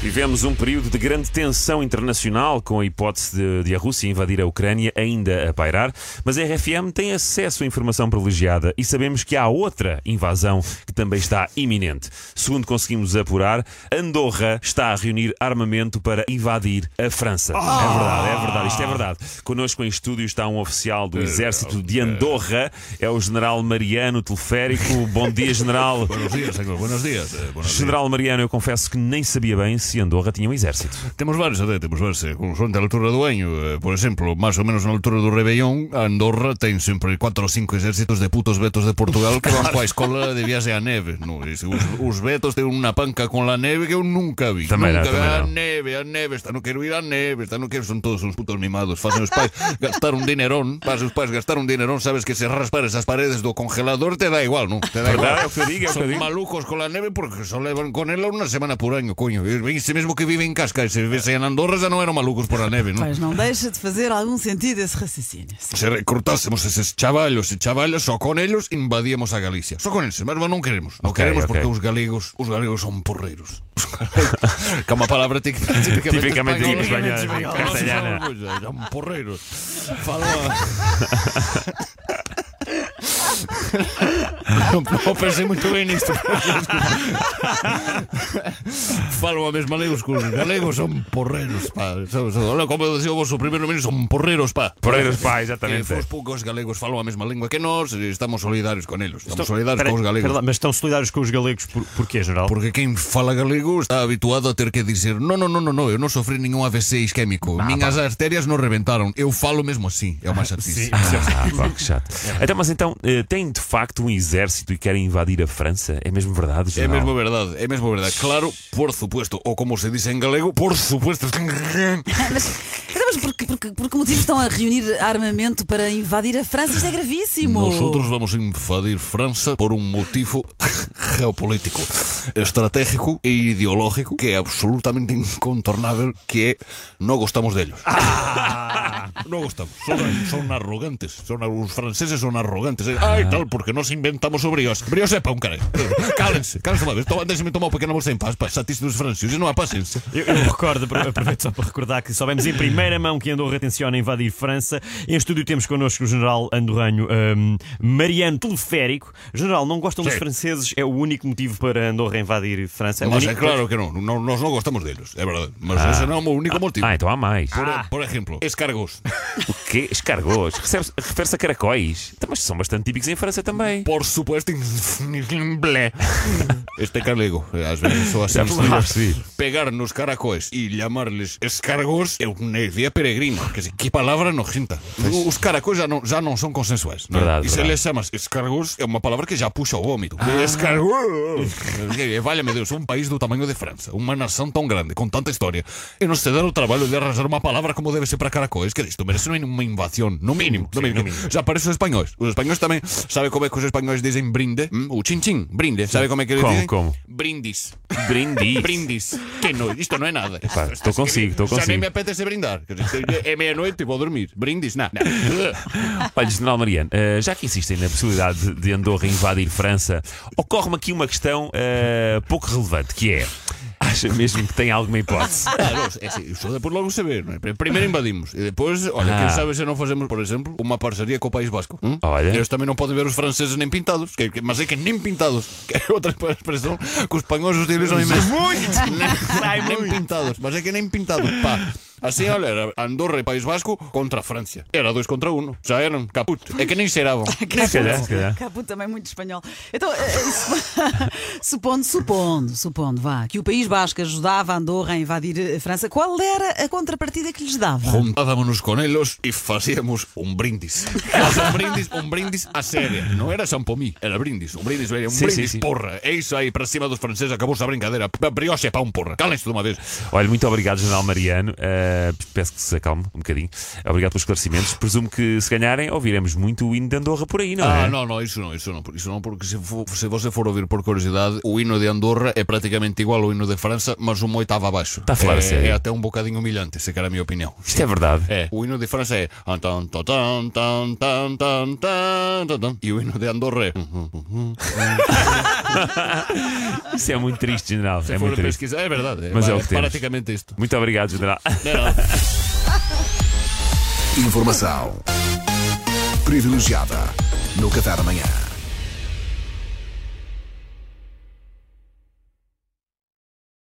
Vivemos um período de grande tensão internacional com a hipótese de, de a Rússia invadir a Ucrânia ainda a pairar, mas a RFM tem acesso a informação privilegiada e sabemos que há outra invasão que também está iminente. Segundo conseguimos apurar, Andorra está a reunir armamento para invadir a França. É verdade, é verdade, isto é verdade. Connosco em estúdio está um oficial do exército de Andorra, é o general Mariano Teleférico. Bom dia, general. Buenos días, Héctor. Buenos días. eh, buenos días. General Mariano, eu confesso que nem sabia bem se Andorra tinha um exército. Temos varios, até, temos varios. eh, Consoante a altura do año, eh, por exemplo, máis ou menos na altura do Rebellón, Andorra ten sempre 4 ou 5 exércitos de putos betos de Portugal que van coa escola de viaxe a neve. No, e se os, os betos ten unha panca con la neve que eu nunca vi. Tamén non, nunca tamén a non. neve, a neve, esta non quero ir a neve, esta non quero, son todos uns putos mimados. Facen os pais gastar un dinerón, para os pais gastar un dinerón, sabes que se raspar esas paredes do congelador te dá igual, non? Te dá Verdade, é o igual. que eu digo, é o que eu Son digo. malucos con la neve porque só levan con ela unha semana por año, coño. Ese mesmo que vive en Casca e se vivese en Andorra já non eran malucos por a neve, non? Mas não deixa de fazer algum sentido esse raciocínio. Se recrutásemos eses chavalos e chavalas, só con eles invadíamos a Galicia. Só con eles, mas non queremos. Non Ok, ok. queremos porque os galegos, os galegos son porreiros. Os galegos- que é unha palabra tic- típicamente, Típicamente española. española, Nós castellana. somos, Son porreiros. Fala... Non, non pensei moito ben isto. Falo a mesma lei os cus galegos son porreros, pa. Son- son- Olha, Como decía vos, o primeiro ministro son porreros, pa. Porreiros, pá, Que exatamente. fos poucos galegos falam a mesma lengua que nós e estamos solidarios con eles. Estamos solidarios Peraí, con os galegos. perdão, mas estão solidários com os galegos por, porquê, general? Porque quen fala galego está habituado a ter que dizer Non, non, non, non, non eu non sofri nenhum AVC Ah, isquémico Minhas arterias non reventaron Eu falo mesmo assim, é uma chatice Ah, pá, que chato. Então, mas então, eh, têm de facto um exército e querem invadir a França? É mesmo verdade, É general? mesmo verdade, é mesmo verdade Claro, por supuesto, ou como se dice en galego Por supuesto Mas, então, mas por, que- por, que- por que motivo estão a reunir armamento para invadir a França? Isto é gravíssimo. Nosotros vamos invadir França por un motivo geopolítico, estratégico e ideológico que é absolutamente incontornável, que é no gostamos deles. Ah. No gostamos, son, son arrogantes son, Os franceses son arrogantes eh. Ah. Ai tal, porque nos inventamos o brios Brios é pa un caralho Cálense, cálense uma vez Toma- Deixem-me tomar o pequeno almoço em paz pá, Chatice dos franceses, não há paciência Eu, eu recordo, apro- aproveito só para recordar que soubemos em primeira mão que Andorra tenciona invadir França. Em estúdio temos connosco o general andorranho hum, Mariano Teleférico. General, não gostam dos Sim. franceses? É o único motivo para Andorra invadir França? o Mas é único- claro que non, non Nós non gostamos deles, é verdade Mas ese non é o único motivo Ah, então há mais. Por, por exemplo, escargos O quê? Escargos? Recebe- Refere-se a caracóis? Então, mas são bastante típicos em França também. Por supuesto, indefinibleble. Este galego, às vezes sou assim. Já percebi, já percebi. Pegar nos caracóis e chamarles escargos é uma ideia peregrina. Quer dizer, que palavra nojenta. Os caracóis já não, já não são consensuais. não é? Verdade, e se verdade. lhes chamas escargos, é uma palavra que já puxa o vômito. Escargos! Eh, Valha-me Deus, um país do tamanho de França, uma nação tão grande, com tanta história, e não se dar o trabalho de arranjar uma palavra como deve ser para caracóis. Quer dizer, isto merece uma invasão, no mínimo. no mínimo. Já parece os espanhóis. Os espanhóis também. Sabe como é que os espanhóis dizem brinde? Hum? O chin-chin, brinde. Sabe como é que eles Como, dizem? como? Brindis. Brindis. Brindis. Que no, isto não é nada. Pá, estou consigo, estou Já nem consigo. me apetece brindar. Quer dizer, É meia-noite e vou dormir. Brindis, não. Olha, General Mariano, eh, já que insistem na possibilidade de- de Andorra invadir França, ocorre-me aqui uma questão eh, pouco relevante, que é... Acha mesmo que tem alguma hipótese? Claro, é así, iso depois logo se ve. non é? Primeiro invadimos e depois, olha, Ah. quen sabe se non facemos, por exemplo, unha parcería co País Vasco. Hm? Olha. Eles tamén non poden ver os franceses nen pintados, que, que, mas é que nen pintados, que é outra expresión que os pangosos utilizan imenso. Moito, nen pintados, mas é que nen pintados, pa. Así, olha, era Andorra e País Vasco contra Francia. Era dois contra uno, xa eran caput. É que nem xeraban. Se calhar, se calhar. Capu também muito espanhol. Então, eh, eh, sup- supondo, supondo, supondo, vá, que o País Basco ajudava a Andorra a invadir a França, qual era a contrapartida que lhes dava? Juntábamonos con elos e facíamos un brindis. Mas un brindis, un brindis a seria. Non era xampomí, era brindis. Un brindis, era un Sí, brindis, sí, sí. porra. E iso aí, para cima dos franceses, acabou a brincadeira. Pa- Brioche pa un porra. Cálense de unha vez. Olha, muito obrigado, General Mariano. Eh, Eh, peço que se acalme um bocadinho. Obrigado pelos esclarecimentos. Presumo que se ganharem, ouviremos muito o hino de Andorra por aí, não é? Ah, não, não, isso não, isso não, isso não, porque se, fo- se você for ouvir por curiosidade, o hino de Andorra é praticamente igual ao hino de França, mas uma oitava abaixo. Tá a falar a é, sério? é até um bocadinho humilhante, se calhar a minha opinião. Isto é verdade. É, o hino de França é. tan, tan, tan, tan, tan, tan, tan, tan. E o hino de Andorra é. Isso é muito triste, general. É muito Por triste. pesquisa, é verdade. é, Mas é o que temos. praticamente isto. Muito obrigado, general. Informação privilegiada no Café da Manhã.